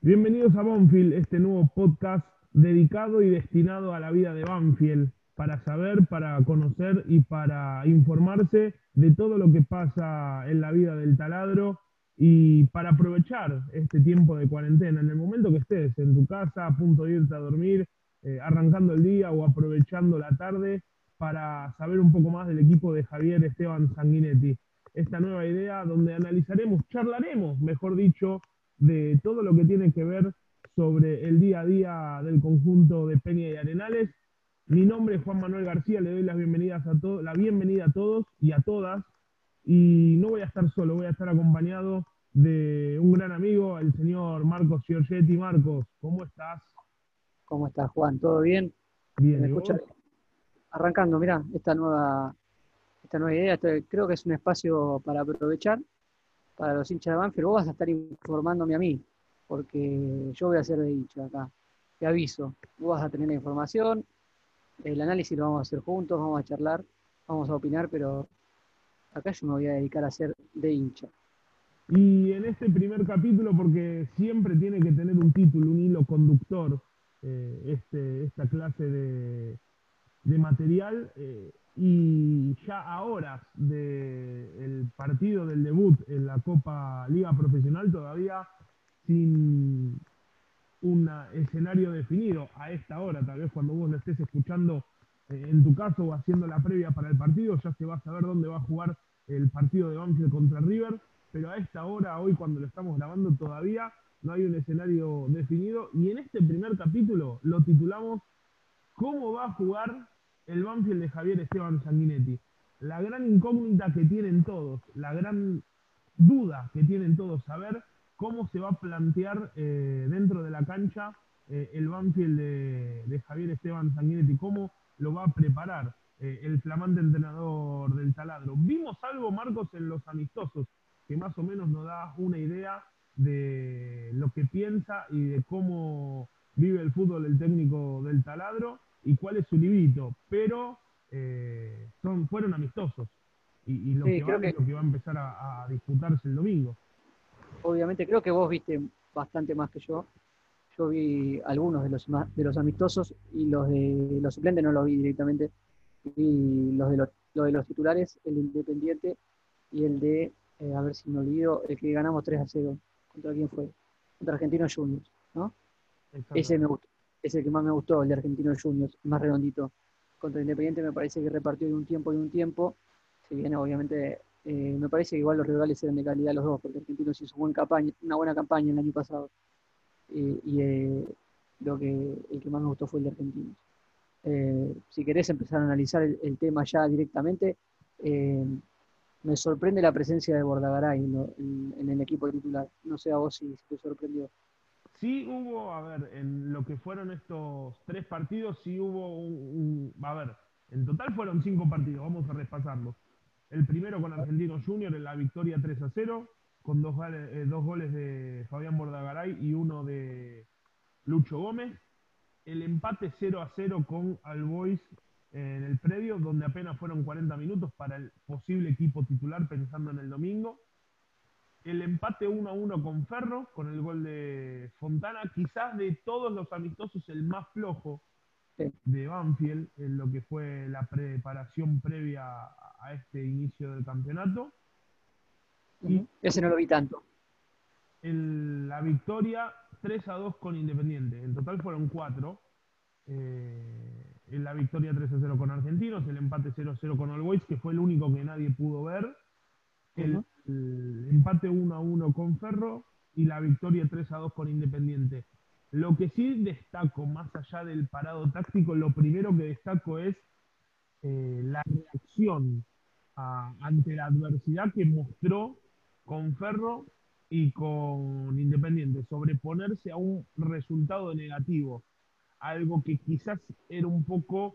Bienvenidos a Banfield, este nuevo podcast dedicado y destinado a la vida de Banfield, para saber, para conocer y para informarse de todo lo que pasa en la vida del taladro y para aprovechar este tiempo de cuarentena, en el momento que estés en tu casa, a punto de irte a dormir, eh, arrancando el día o aprovechando la tarde, para saber un poco más del equipo de Javier Esteban Sanguinetti. Esta nueva idea donde analizaremos, charlaremos, mejor dicho, de todo lo que tiene que ver sobre el día a día del conjunto de Peña y Arenales. Mi nombre es Juan Manuel García, le doy las bienvenidas a todos, la bienvenida a todos y a todas. Y no voy a estar solo, voy a estar acompañado de un gran amigo, el señor Marcos Giorgetti. Marcos, ¿cómo estás? ¿Cómo estás, Juan? ¿Todo bien? Bien, ¿Me ¿y vos? escuchas? Arrancando, mirá, esta nueva, esta nueva idea, este- creo que es un espacio para aprovechar para los hinchas de Banfield. Vos vas a estar informándome a mí, porque yo voy a ser de hincha acá. Te aviso, vos vas a tener la información, el análisis lo vamos a hacer juntos, vamos a charlar, vamos a opinar, pero acá yo me voy a dedicar a ser de hincha. Y en este primer capítulo, porque siempre tiene que tener un título, un hilo conductor, eh, este, esta clase de, de material, eh, y ya a horas del partido del debut en la Copa Liga Profesional, todavía sin un escenario definido a esta hora, tal vez cuando vos lo estés escuchando eh, en tu caso o haciendo la previa para el partido, ya se va a saber dónde va a jugar el partido de Banfield contra River, pero a esta hora, hoy cuando lo estamos grabando todavía, no hay un escenario definido y en este primer capítulo lo titulamos ¿Cómo va a jugar el Banfield de Javier Esteban Sanguinetti? La gran incógnita que tienen todos, la gran duda que tienen todos, saber cómo se va a plantear eh, dentro de la cancha eh, el Banfield de, de Javier Esteban Sanguinetti, cómo lo va a preparar eh, el flamante entrenador del taladro. Vimos algo, Marcos, en los amistosos, que más o menos nos da una idea de lo que piensa y de cómo vive el fútbol el técnico del taladro y cuál es su libito, pero eh, son, fueron amistosos. Y, y lo, Sí, que creo vale es que- lo que va a empezar a- a disputarse el domingo. obviamente creo que vos viste bastante más que yo. Yo vi algunos de los ma- de los amistosos y los de los suplentes no los vi directamente. Vi los de los, lo de los titulares, el de Independiente y el de, eh, a ver si me olvido, el que ganamos 3 a 0. ¿Contra quién fue? Contra Argentinos Juniors. Ese me gustó. Es el que más me gustó, el de Argentinos Juniors, más redondito. Contra Independiente me parece que repartió de un tiempo y un tiempo. Si bien, obviamente, eh, me parece que igual los rivales eran de calidad los dos, porque Argentinos hizo buen campaña- una buena campaña el año pasado. Eh, y eh, lo que, el que más me gustó fue el de Argentinos. Eh, si querés empezar a analizar el, el tema ya directamente, eh, me sorprende la presencia de Bordagaray en, lo- en- en el equipo titular. No sé a vos si, si te sorprendió. Sí hubo, a ver, en lo que fueron estos tres partidos, sí hubo un, un- A ver, en total fueron cinco partidos, vamos a repasarlos. El primero con Argentinos Junior en la victoria 3 a 0, con dos, gale- eh, dos goles de Fabián Bordagaray y uno de Lucho Gómez. El empate 0 a 0 con Albois en el predio, donde apenas fueron 40 minutos para el posible equipo titular pensando en el domingo el empate 1 a 1 con Ferro, con el gol de Fontana, quizás de todos los amistosos el más flojo Sí. de Banfield en lo que fue la preparación previa a a este inicio del campeonato. Y- Ese no lo vi tanto. el- la victoria 3 a 2 con Independiente. En total fueron 4. la victoria 3 a 0 con Argentinos, el empate 0 a 0 con All Boys, que fue el único que nadie pudo ver. El, Ujú. el empate 1 a 1 con Ferro y la victoria 3 a 2 con Independiente. Lo que sí destaco, más allá del parado táctico, lo primero que destaco es eh, la reacción a- ante la adversidad que mostró con Ferro y con Independiente, sobreponerse a un resultado negativo, algo que quizás era un poco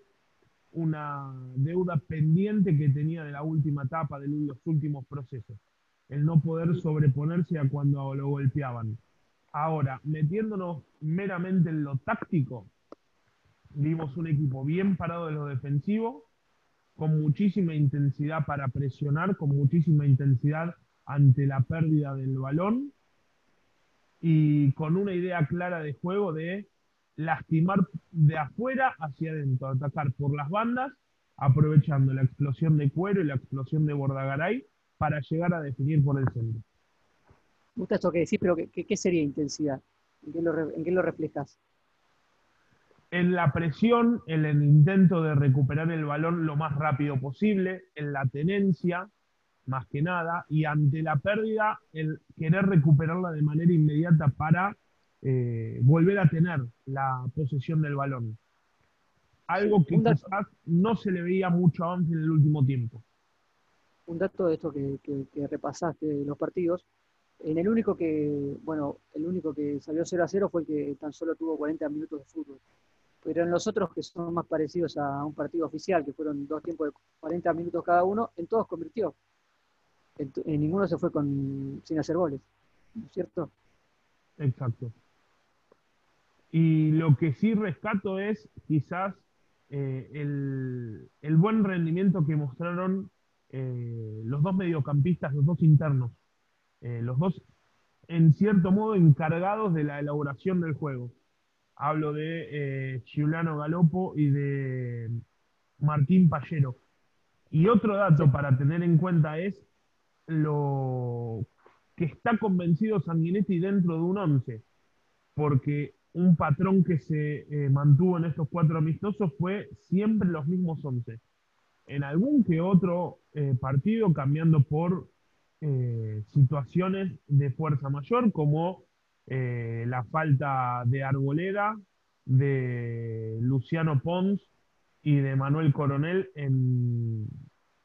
una deuda pendiente que tenía de la última etapa, de los últimos procesos, el no poder sobreponerse a cuando lo golpeaban. Ahora, metiéndonos meramente en lo táctico, vimos un equipo bien parado de lo defensivo, con muchísima intensidad para presionar, con muchísima intensidad ante la pérdida del balón y con una idea clara de juego de lastimar de afuera hacia adentro, atacar por las bandas, aprovechando la explosión de cuero y la explosión de Bordagaray para llegar a definir por el centro. Me gusta esto que decís, pero ¿qué, qué sería intensidad? ¿En qué, lo, ¿En qué lo reflejas? En la presión, en el intento de recuperar el balón lo más rápido posible, en la tenencia, más que nada, y ante la pérdida, el querer recuperarla de manera inmediata para eh, volver a tener la posesión del balón. Algo que quizás no se le veía mucho avance en el último tiempo. Un dato de esto que, que, que repasaste de los partidos, en el único que, bueno, el único que salió 0 a 0 fue el que tan solo tuvo 40 minutos de fútbol. Pero en los otros que son más parecidos a un partido oficial, que fueron dos tiempos de 40 minutos cada uno, en todos convirtió. En, en ninguno se fue con, sin hacer goles, ¿no es cierto? Exacto. Y lo que sí rescato es quizás eh, el, el, buen rendimiento que mostraron eh, los dos mediocampistas, los dos internos. Eh, los dos, en cierto modo, encargados de la elaboración del juego. Hablo de eh, Giuliano Galopo y de Martín Pallero. Y otro dato para tener en cuenta es lo que está convencido Sanguinetti dentro de un once, porque un patrón que se eh, mantuvo en estos cuatro amistosos fue siempre los mismos 11. En algún que otro eh, partido cambiando por eh, situaciones de fuerza mayor, como eh, la falta de Arboleda, de Luciano Pons y de Manuel Coronel en,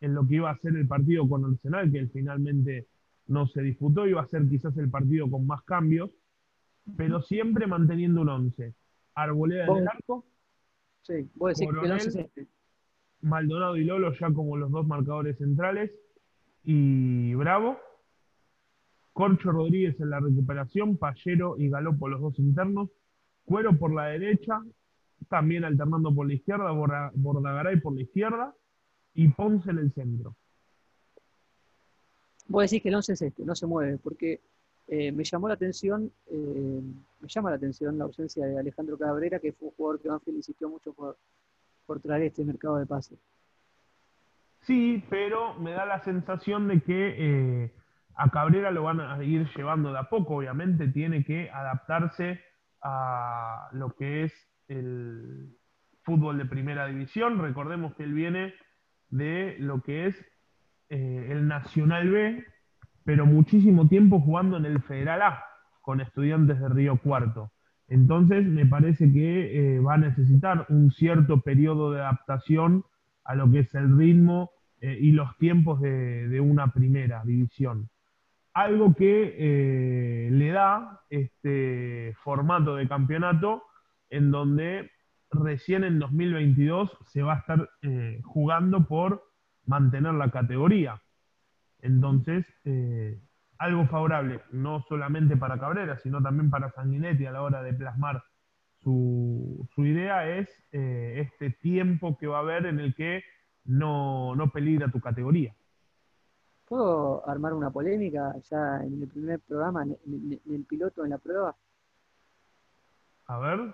en lo que iba a ser el partido con Arsenal, que él finalmente no se disputó, iba a ser quizás el partido con más cambios pero siempre manteniendo un 11. Arboleda en el arco. Sí, vos decís Coronel, que el es este. Maldonado y Lolo ya como los dos marcadores centrales. Y Bravo. Corcho Rodríguez en la recuperación. Pallero y Galopo los dos internos. Cuero por la derecha. También alternando por la izquierda. Bordagaray por la izquierda. Y Ponce en el centro. Vos decís que el 11 es este, no se mueve, porque eh, me llamó la atención, eh, me llama la atención la ausencia de Alejandro Cabrera, que fue un jugador que Banfield insistió mucho por, por traer este mercado de pases. Sí, pero me da la sensación de que eh, a Cabrera lo van a ir llevando de a poco, obviamente tiene que adaptarse a lo que es el fútbol de primera división. Recordemos que él viene de lo que es eh, el Nacional B, pero muchísimo tiempo jugando en el Federal A con estudiantes de Río Cuarto. Entonces me parece que eh, va a necesitar un cierto periodo de adaptación a lo que es el ritmo eh, y los tiempos de, de, una primera división. Algo que eh, le da este formato de campeonato en donde recién en 2022 se va a estar eh, jugando por mantener la categoría. Entonces, eh, algo favorable, no solamente para Cabrera, sino también para Sanguinetti a la hora de plasmar su, su idea, es eh, este tiempo que va a haber en el que no, no peligra tu categoría. ¿Puedo armar una polémica ya en el primer programa, en, en, en el piloto, en la prueba? A ver.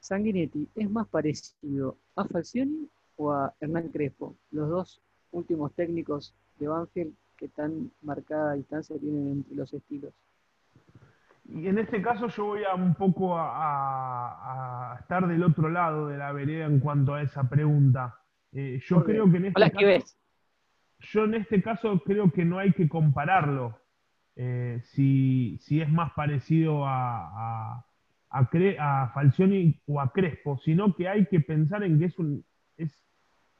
Sanguinetti, ¿es más parecido a Falcioni o a Hernán Crespo? Los dos últimos técnicos de Banfield que tan marcada distancia tienen entre los estilos. Y en este caso yo voy a un poco a, a, a estar del otro lado de la vereda en cuanto a esa pregunta. Eh, yo Porque, creo que en este hola, caso, ves? yo en este caso creo que no hay que compararlo. Eh, si, si, es más parecido a, a, Cre, a, Falcioni o a Crespo, sino que hay que pensar en que es un es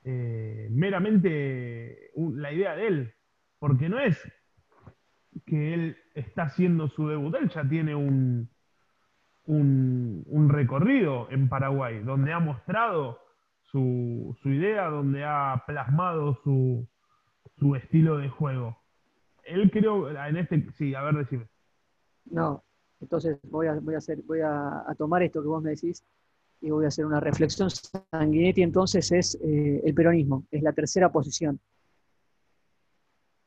eh, meramente la idea de él, porque no es que él está haciendo su debut, él ya tiene un, un, un recorrido en Paraguay, donde ha mostrado su, su idea, donde ha plasmado su, su, estilo de juego. Él creo, en este, sí, a ver, decime. No, entonces voy a, voy a, hacer, voy a, a tomar esto que vos me decís y voy a hacer una reflexión. Sanguinetti entonces es eh, el peronismo, es la tercera posición.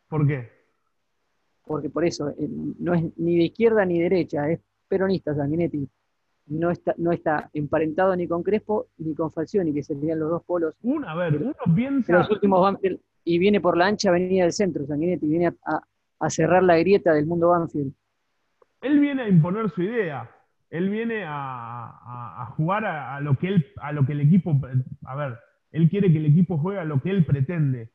¿Por qué? porque por eso, eh, no es ni de izquierda ni derecha, es peronista Sanguinetti. No está, no está emparentado ni con Crespo ni con Falcioni, que serían los dos polos. Uno, a ver, Pero- uno que piensa. los últimos Banfield, y viene por la ancha avenida del centro, Sanguinetti, viene a, a- a cerrar la grieta del mundo Banfield. él viene a imponer su idea. Él viene a, a- a jugar a, a lo que él, a lo que el equipo, pre- a ver, él quiere que el equipo juegue a lo que él pretende.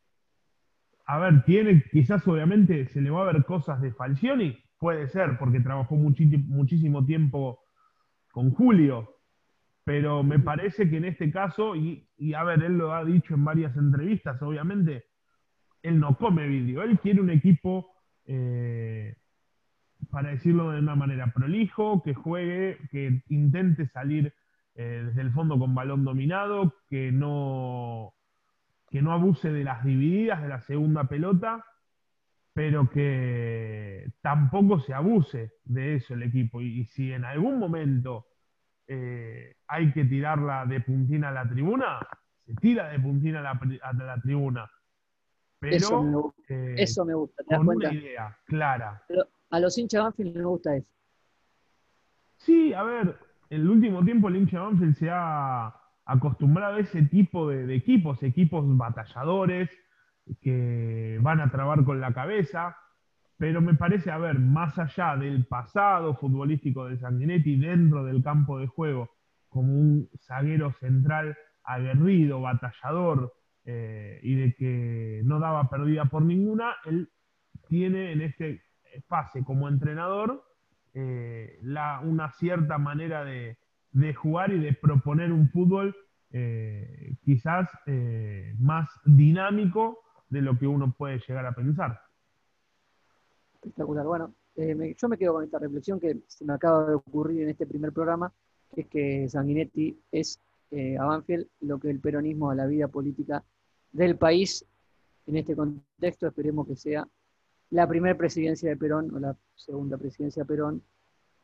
A ver, tiene, quizás obviamente se le va a ver cosas de Falcioni, puede ser, porque trabajó muchi- muchísimo tiempo con Julio, pero me parece que en este caso, y, y a ver, él lo ha dicho en varias entrevistas, obviamente, él no come vídeo, él quiere un equipo eh, para decirlo de una manera, prolijo, que juegue, que intente salir eh, desde el fondo con balón dominado, que no, que no abuse de las divididas, de la segunda pelota, pero que tampoco se abuse de eso el equipo. Y, y si en algún momento eh, hay que tirarla de puntina a la tribuna, se tira de puntina a la, pri- a la tribuna. Pero eso, me, gu- eh, eso me gusta, ¿te das con cuenta? una idea clara. A los hinchas de Banfield les gusta eso. Sí, a ver, el último tiempo el hincha de Banfield se ha acostumbrado a ese tipo de, de equipos, equipos batalladores que van a trabar con la cabeza, pero me parece, a ver, más allá del pasado futbolístico de Sanguinetti dentro del campo de juego, como un zaguero central aguerrido, batallador, eh, y de que no daba perdida por ninguna, él tiene en este fase como entrenador eh, la- una cierta manera de, de jugar y de proponer un fútbol eh, quizás eh, más dinámico de lo que uno puede llegar a pensar. Espectacular. Bueno, eh, me- yo me quedo con esta reflexión que se me acaba de ocurrir en este primer programa, que es que Sanguinetti es eh, a Banfield lo que el peronismo a la vida política del país en este contexto. Esperemos que sea la primera presidencia de Perón o la segunda presidencia de Perón,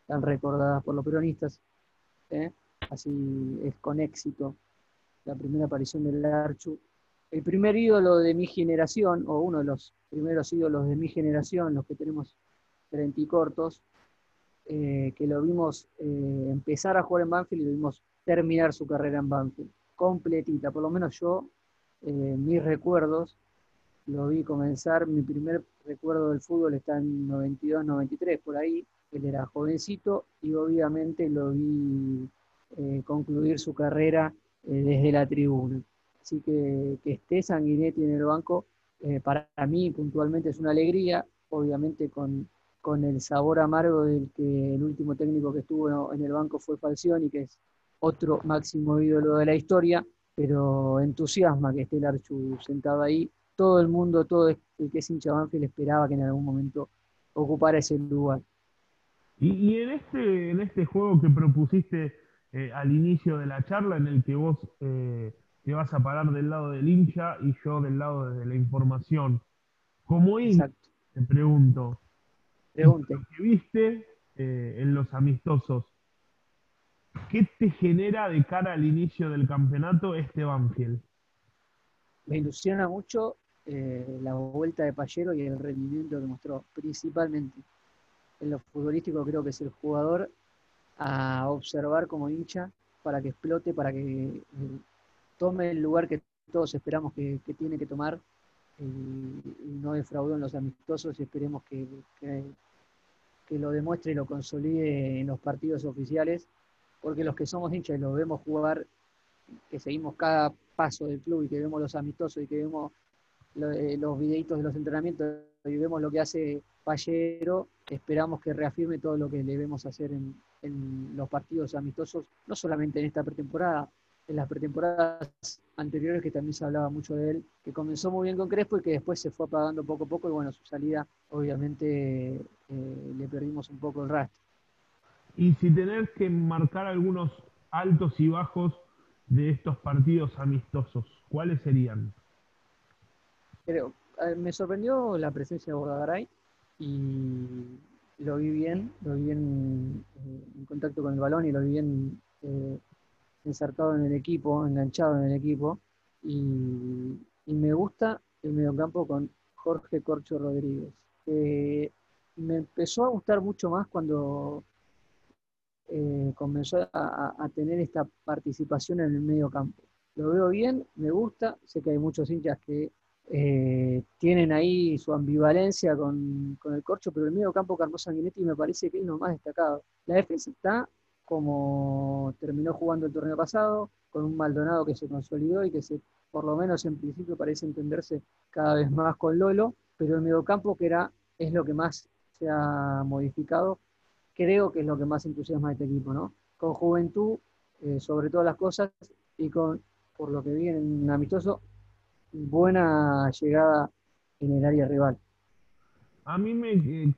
tan recordada por los peronistas. ¿eh? Así es con éxito la primera aparición del Archu el primer ídolo de mi generación, o uno de los primeros ídolos de mi generación, los que tenemos 30 y cortos, eh, que lo vimos eh, empezar a jugar en Banfield y lo vimos terminar su carrera en Banfield, completita. Por lo menos yo, eh, mis recuerdos, lo vi comenzar. Mi primer recuerdo del fútbol está en 92, 93, por ahí. Él era jovencito y obviamente lo vi eh, concluir su carrera eh, desde la tribuna. Así que que esté Sanguinetti en el banco, eh, para mí puntualmente es una alegría, obviamente con, con el sabor amargo del que el último técnico que estuvo en el banco fue Falcioni, que es otro máximo ídolo de la historia, pero entusiasma que esté el Archu sentado ahí. Todo el mundo, todo el que es hincha Banfield esperaba que en algún momento ocupara ese lugar. Y, y en, este, en este juego que propusiste eh, al inicio de la charla, en el que vos eh, te vas a parar del lado del hincha y yo del lado de la información, como hincha, Exacto. te pregunto, Pregunte. lo que viste eh, en los amistosos, ¿qué te genera de cara al inicio del campeonato este Banfield? me ilusiona mucho eh, la vuelta de Pallero y el rendimiento que mostró, principalmente. En lo futbolístico creo que es el jugador a observar como hincha para que explote, para que eh, tome el lugar que todos esperamos que, que tiene que tomar y, y no defraudó en los amistosos y esperemos que, que- que lo demuestre y lo consolide en los partidos oficiales, porque los que somos hinchas y los vemos jugar que seguimos cada paso del club y que vemos los amistosos y que vemos lo- eh, los videitos de los entrenamientos y vemos lo que hace Pallero, esperamos que reafirme todo lo que debemos hacer en, en los partidos amistosos, no solamente en esta pretemporada, en las pretemporadas anteriores que también se hablaba mucho de él, que comenzó muy bien con Crespo y que después se fue apagando poco a poco y bueno, su salida obviamente eh, le perdimos un poco el rastro. Y si tenés que marcar algunos altos y bajos de estos partidos amistosos, ¿cuáles serían? creo. Eh, Me sorprendió la presencia de Bordagaray y lo vi bien, lo vi bien eh, en contacto con el balón y lo vi bien eh, ensartado en el equipo, enganchado en el equipo. Y, y me gusta el mediocampo con Jorge Corcho Rodríguez. que me empezó a gustar mucho más cuando eh, comenzó a, a tener esta participación en el medio campo. Lo veo bien, me gusta, sé que hay muchos hinchas que eh, tienen ahí su ambivalencia con, con el corcho, pero el medio campo Carlos Sanguinetti me parece que es lo más destacado. La defensa está como terminó jugando el torneo pasado, con un Maldonado que se consolidó y que se, por lo menos en principio parece entenderse cada vez más con Lolo, pero el mediocampo que era, es lo que más se ha modificado, creo que es lo que más entusiasma a este equipo, ¿no? Con juventud, eh, sobre todas las cosas, y con, por lo que vi en amistoso, buena llegada en el área rival. A mí, me, eh,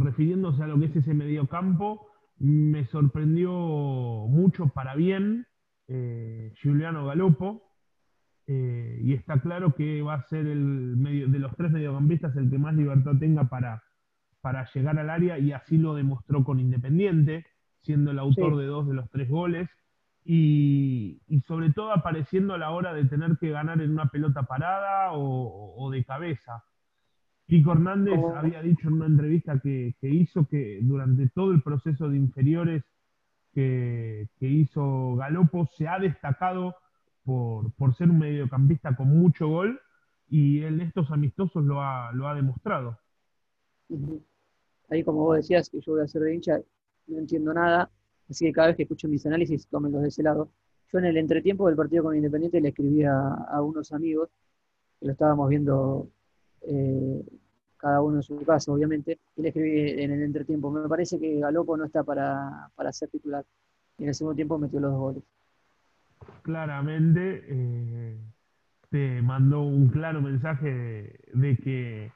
refiriéndose a lo que es ese mediocampo, me sorprendió mucho para bien eh, Giuliano Galopo, eh, y está claro que va a ser el medio, de los tres mediocampistas el que más libertad tenga para, para llegar al área, y así lo demostró con Independiente, siendo el autor sí. de dos de los tres goles. Y, y, sobre todo apareciendo a la hora de tener que ganar en una pelota parada o, o de cabeza. Pico Hernández oh. había dicho en una entrevista que, que, hizo que durante todo el proceso de inferiores que, que hizo Galopo se ha destacado por, por, ser un mediocampista con mucho gol y en estos amistosos lo ha, lo ha demostrado. Ahí como vos decías que yo voy a ser de hincha, no entiendo nada, así que cada vez que escucho mis análisis, tómenlos de ese lado. Yo en el entretiempo del partido con Independiente le escribí a, a unos amigos, que lo estábamos viendo eh, cada uno en su casa, obviamente, y le escribí en el entretiempo, me parece que Galopo no está para, para ser titular. Y en el segundo tiempo metió los dos goles. Claramente eh, te mandó un claro mensaje de, de, que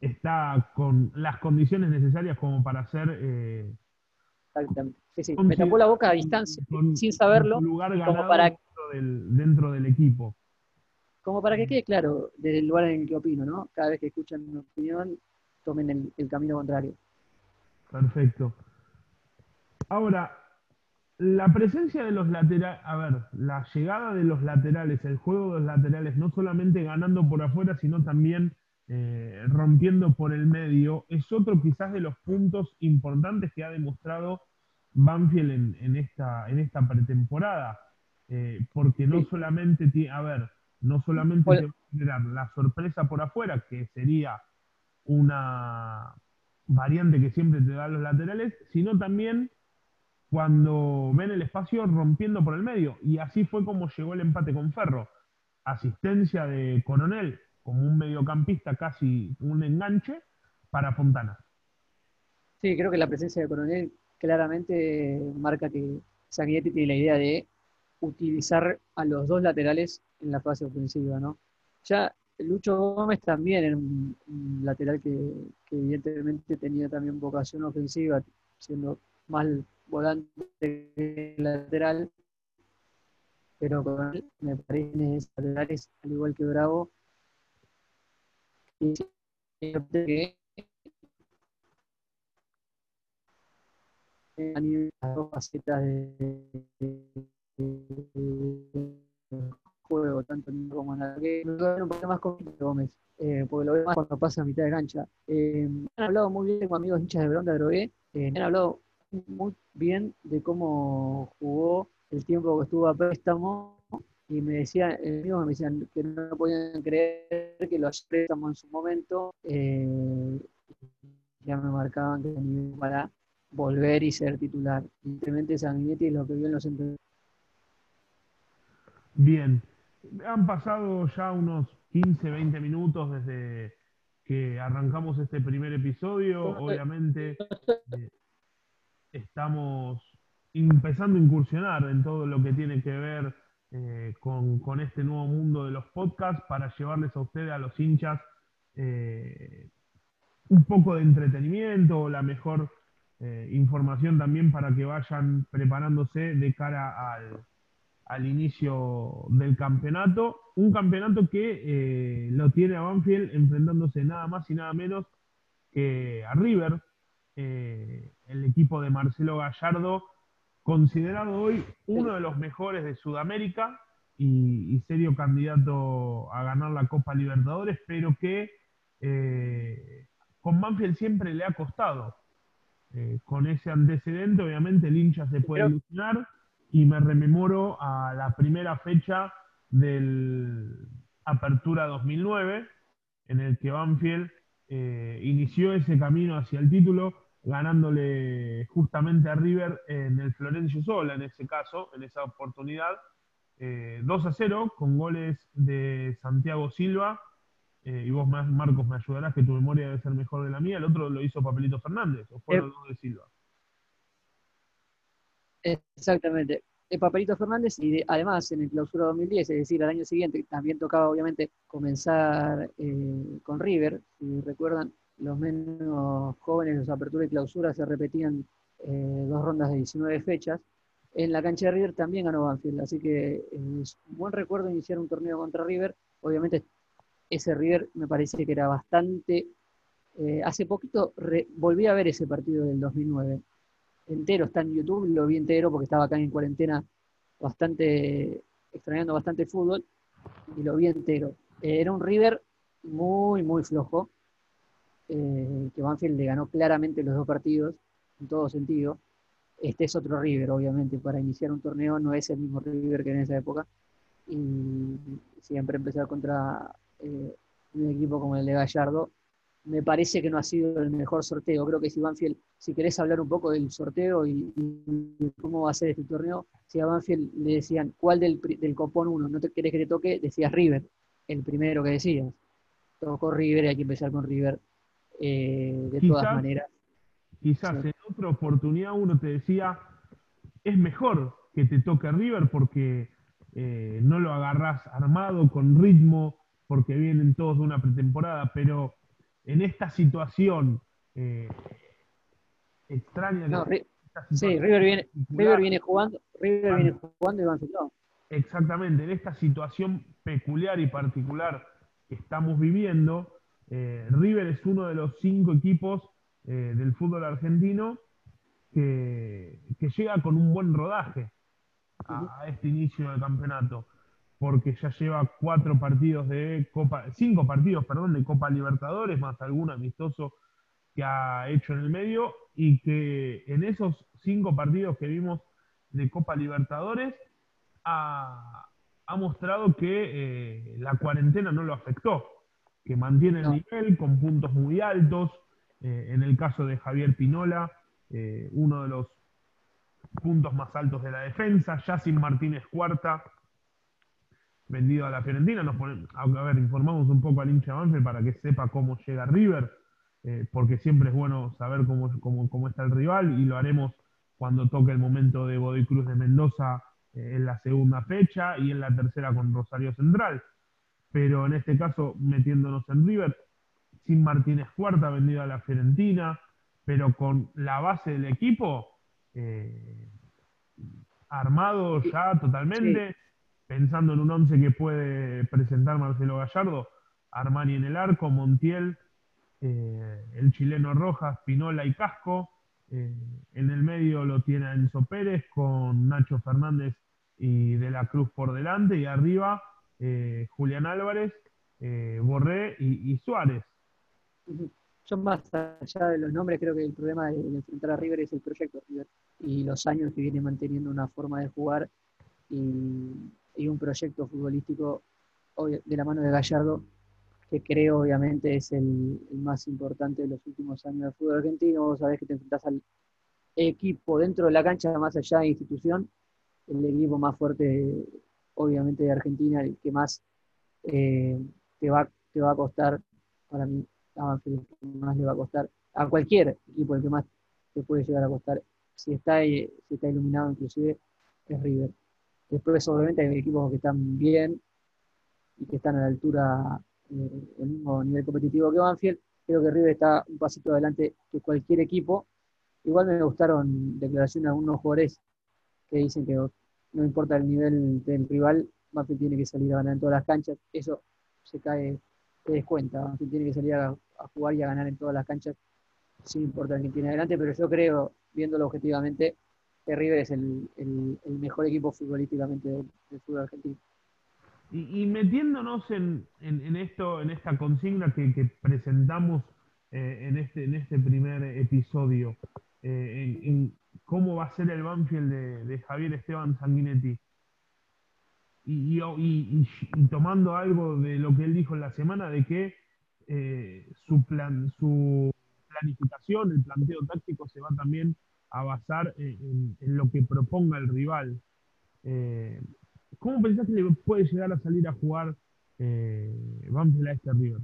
está con las condiciones necesarias como para ser... Eh, Exactamente. Sí, sí. Me tapó la boca a distancia, con, sin saberlo, lugar como para... dentro del, dentro del equipo como para que quede claro desde el lugar en el que opino, ¿no? Cada vez que escuchan mi opinión, tomen el, el, camino contrario. Perfecto. Ahora, la presencia de los laterales, a ver, la llegada de los laterales, el juego de los laterales, no solamente ganando por afuera, sino también eh, rompiendo por el medio, es otro quizás de los puntos importantes que ha demostrado Banfield en, en esta, en esta pretemporada. Eh, porque no sí. solamente tiene, a ver, no solamente Hola. generar la sorpresa por afuera, que sería una variante que siempre te dan los laterales, sino también cuando ven el espacio rompiendo por el medio. Y así fue como llegó el empate con Ferro. Asistencia de Coronel como un mediocampista, casi un enganche, para Fontana. Sí, creo que la presencia de Coronel claramente marca que Sanguinetti tiene la idea de utilizar a los dos laterales en la fase ofensiva, ¿no? Ya Lucho Gómez también era un, un lateral que, que, evidentemente tenía también vocación ofensiva, siendo más volante que lateral, pero con él me parece laterales, al igual que Bravo, que a nivel de las dos facetas de, de juego, tanto en como en la que un poco más con Gómez, eh, porque lo veo más cuando pasa a mitad de cancha. Eh, han hablado muy bien con amigos hinchas de Bronda Drogué, eh, han hablado muy bien de cómo jugó el tiempo que estuvo a préstamo y me decían, eh, amigos me decían que no podían creer que lo préstamo en su momento, eh, ya me marcaban que tenía para volver y ser titular. Simplemente Sanguinetti es lo que vio en los entrenamientos. Bien, han pasado ya unos 15, 20 minutos desde que arrancamos este primer episodio. Obviamente eh, estamos empezando a incursionar en todo lo que tiene que ver eh, con, con, este nuevo mundo de los podcasts para llevarles a ustedes, a los hinchas, eh, un poco de entretenimiento, la mejor eh, información también para que vayan preparándose de cara al, al inicio del campeonato. Un campeonato que eh, lo tiene a Banfield enfrentándose nada más y nada menos que a River, eh, el equipo de Marcelo Gallardo, considerado hoy uno de los mejores de Sudamérica y, y serio candidato a ganar la Copa Libertadores, pero que eh, con Banfield siempre le ha costado. Eh, con ese antecedente, obviamente el hincha se puede Creo- ilusionar y me rememoro a la primera fecha del Apertura 2009, en el que Banfield eh, inició ese camino hacia el título, ganándole justamente a River en el Florencio Sola, en ese caso, en esa oportunidad, eh, 2 a 0, con goles de Santiago Silva, eh, y vos, más Marcos, me ayudarás, que tu memoria debe ser mejor de la mía, el otro lo hizo Papelito Fernández, o fueron Eh, los dos de Silva. Exactamente. El Papelito Fernández y de- además en el clausura 2010, es decir, al año siguiente, también tocaba obviamente comenzar eh, con River. Si recuerdan, los menos jóvenes, los apertura y clausura se repetían eh, dos rondas de 19 fechas. En la cancha de River también ganó Banfield, así que eh, es un buen recuerdo iniciar un torneo contra River. Obviamente ese River me parece que era bastante... eh, hace poquito re- volví a ver ese partido del 2009 entero, está en YouTube, lo vi entero porque estaba acá en cuarentena bastante, extrañando bastante fútbol, y lo vi entero. Eh, Era un River muy, muy flojo, eh, que Banfield le ganó claramente los dos partidos, en todo sentido. Este es otro River, obviamente, para iniciar un torneo no es el mismo River que en esa época, y siempre empezar contra eh, un equipo como el de Gallardo me parece que no ha sido el mejor sorteo. Creo que si Banfield, si querés hablar un poco del sorteo y, y cómo va a ser este torneo, si a Banfield le decían cuál del, pri- del copón uno no te querés que te toque, decías River, el primero que decías. Tocó River y hay que empezar con River eh, de todas Quizás- maneras. Quizás Sí. en otra oportunidad uno te decía, es mejor que te toque River porque eh, no lo agarrás armado, con ritmo, porque vienen todos de una pretemporada, pero en esta situación eh, extraña, No, Ri- esta sí, situación River viene, particular, River viene jugando, River viene jugando y Banfield no. Exactamente, en esta situación peculiar y particular que estamos viviendo, eh, River es uno de los cinco equipos eh, del fútbol argentino que, que llega con un buen rodaje a, a este inicio del campeonato, porque ya lleva cuatro partidos de Copa, cinco partidos, perdón, de Copa Libertadores, más algún amistoso que ha hecho en el medio, y que en esos cinco partidos que vimos de Copa Libertadores, ha, ha mostrado que eh, la cuarentena no lo afectó, que mantiene el No. nivel con puntos muy altos. eh, en el caso de Javier Pinola, eh, uno de los puntos más altos de la defensa. Yacin Martínez cuarta, vendido a la Fiorentina. Nos pone- a a ver, informamos un poco al hincha de Banfield para que sepa cómo llega River, eh, porque siempre es bueno saber cómo, cómo- cómo está el rival y lo haremos cuando toque el momento de Godoy Cruz de Mendoza eh, en la segunda fecha y en la tercera con Rosario Central. Pero en este caso, metiéndonos en River, sin Martínez cuarta, vendido a la Fiorentina, pero con la base del equipo eh, armado Sí. ya totalmente, pensando en un once que puede presentar Marcelo Gallardo, Armani en el arco, Montiel, eh, el chileno Rojas, Pinola y Casco. Eh, en el medio lo tiene a Enzo Pérez con Nacho Fernández y De la Cruz por delante. Y arriba eh, Julián Álvarez, eh, Borré y, y Suárez. Ujú. Yo más allá de los nombres, creo que el problema de, de enfrentar a River es el proyecto River y los años que viene manteniendo una forma de jugar y, y un proyecto futbolístico obvio, de la mano de Gallardo, que creo obviamente es el, el más importante de los últimos años del fútbol argentino. Vos sabés que te enfrentás al equipo dentro de la cancha, más allá de la institución, el equipo más fuerte obviamente de Argentina, el que más eh, te, va, te va a costar para mí a Banfield Ah, el que más le va a costar, a cualquier equipo el que más te puede llegar a costar, si está, eh, si está iluminado inclusive, es River. Después obviamente hay equipos que están bien y que están a la altura, eh, el mismo nivel competitivo que Banfield, creo que River está un pasito adelante que cualquier equipo. Igual me gustaron declaraciones de algunos jugadores que dicen que no importa el nivel del rival, Banfield tiene que salir a ganar en todas las canchas, eso se cae te des cuenta. Banfield tiene que salir a, a jugar y a ganar en todas las canchas, sin importar quién tiene adelante, pero yo creo, viéndolo objetivamente, que River es el, el- el mejor equipo futbolísticamente del, del fútbol argentino. Y, y metiéndonos en, en- en esto, en esta consigna que, que presentamos eh, eh, en, este, en este primer episodio, eh, en, en cómo va a ser el Banfield de, de Javier Esteban Sanguinetti. Y, y, y- y tomando algo de lo que él dijo en la semana, de que eh, su, plan, su planificación, el planteo táctico se va también a basar en, en- en lo que proponga el rival. Eh, ¿Cómo pensás que le puede llegar a salir a jugar eh, Banfield a este River?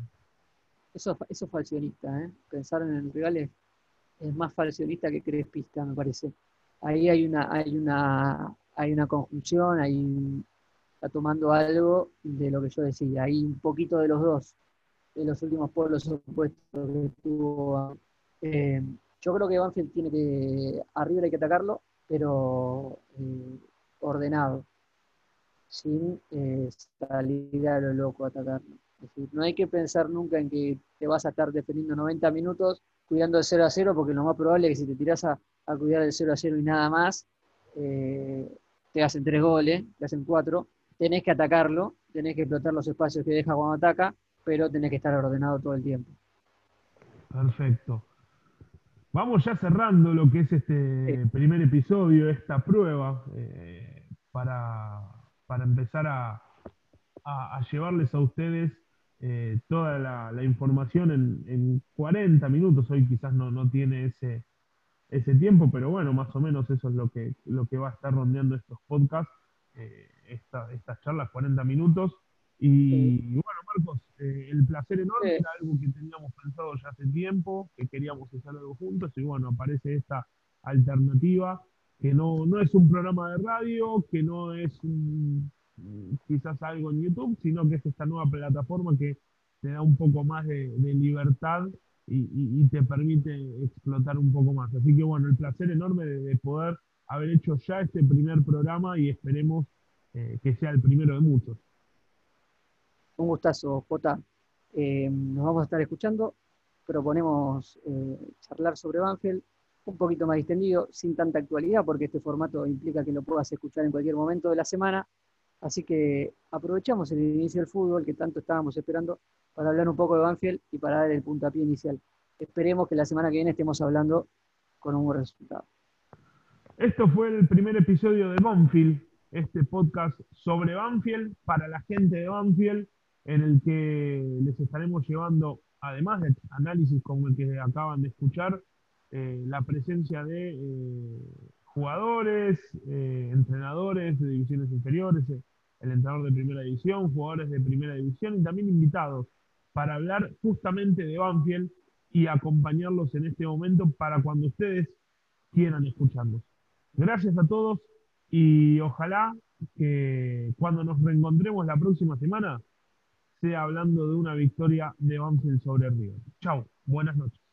Eso, eso es falsionista, ¿eh? Pensar en el rival es, es más falsionista que crespista, me parece. Ahí hay una, hay una, hay una conjunción, hay un- está tomando algo de lo que yo decía. Hay un poquito de los dos, de los últimos polos opuestos que tuvo. eh, yo creo que Banfield tiene que, arriba hay que atacarlo, pero eh, ordenado, sin eh, salir a lo loco a atacarlo. Es decir, no hay que pensar nunca en que te vas a estar defendiendo 90 minutos cuidando el 0 a 0, porque lo más probable es que si te tirás a, a cuidar el 0 a 0 y nada más, eh, te hacen tres goles, te hacen cuatro. Tenés que atacarlo, tenés que explotar los espacios que deja cuando ataca, pero tenés que estar ordenado todo el tiempo. Perfecto. Vamos ya cerrando lo que es este primer episodio, esta prueba, eh, para, para empezar a, a- a llevarles a ustedes eh, toda la, la información en, en 40 minutos. Hoy quizás no, no tiene ese, ese tiempo, pero bueno, más o menos eso es lo que, lo que va a estar rondeando estos podcasts, eh, esta- estas charlas, 40 minutos. Y, Sí. y bueno, Marcos, eh, el placer enorme, Sí. era algo que teníamos pensado ya hace tiempo, que queríamos hacer algo juntos, y bueno, aparece esta alternativa, que no, no es un programa de radio, que no es un- quizás algo en YouTube, sino que es esta nueva plataforma que te da un poco más de, de libertad y, y- y te permite explotar un poco más. Así que bueno, el placer enorme de, de poder haber hecho ya este primer programa y esperemos eh, que sea el primero de muchos. Un gustazo, Jota. Eh, nos vamos a estar escuchando. Proponemos eh, charlar sobre Banfield un poquito más distendido, sin tanta actualidad, porque este formato implica que lo puedas escuchar en cualquier momento de la semana. Así que aprovechamos el inicio del fútbol que tanto estábamos esperando para hablar un poco de Banfield y para dar el puntapié inicial. Esperemos que la semana que viene estemos hablando con un buen resultado. Esto fue el primer episodio de Banfield, este podcast sobre Banfield, para la gente de Banfield, en el que les estaremos llevando, además de análisis como el que acaban de escuchar, eh, la presencia de eh, jugadores, eh, entrenadores de divisiones inferiores, eh, el entrenador de primera división, jugadores de primera división y también invitados para hablar justamente de Banfield y acompañarlos en este momento para cuando ustedes quieran escucharlos. Gracias a todos y ojalá que cuando nos reencontremos la próxima semana sea hablando de una victoria de Banfield sobre River. Chau, buenas noches.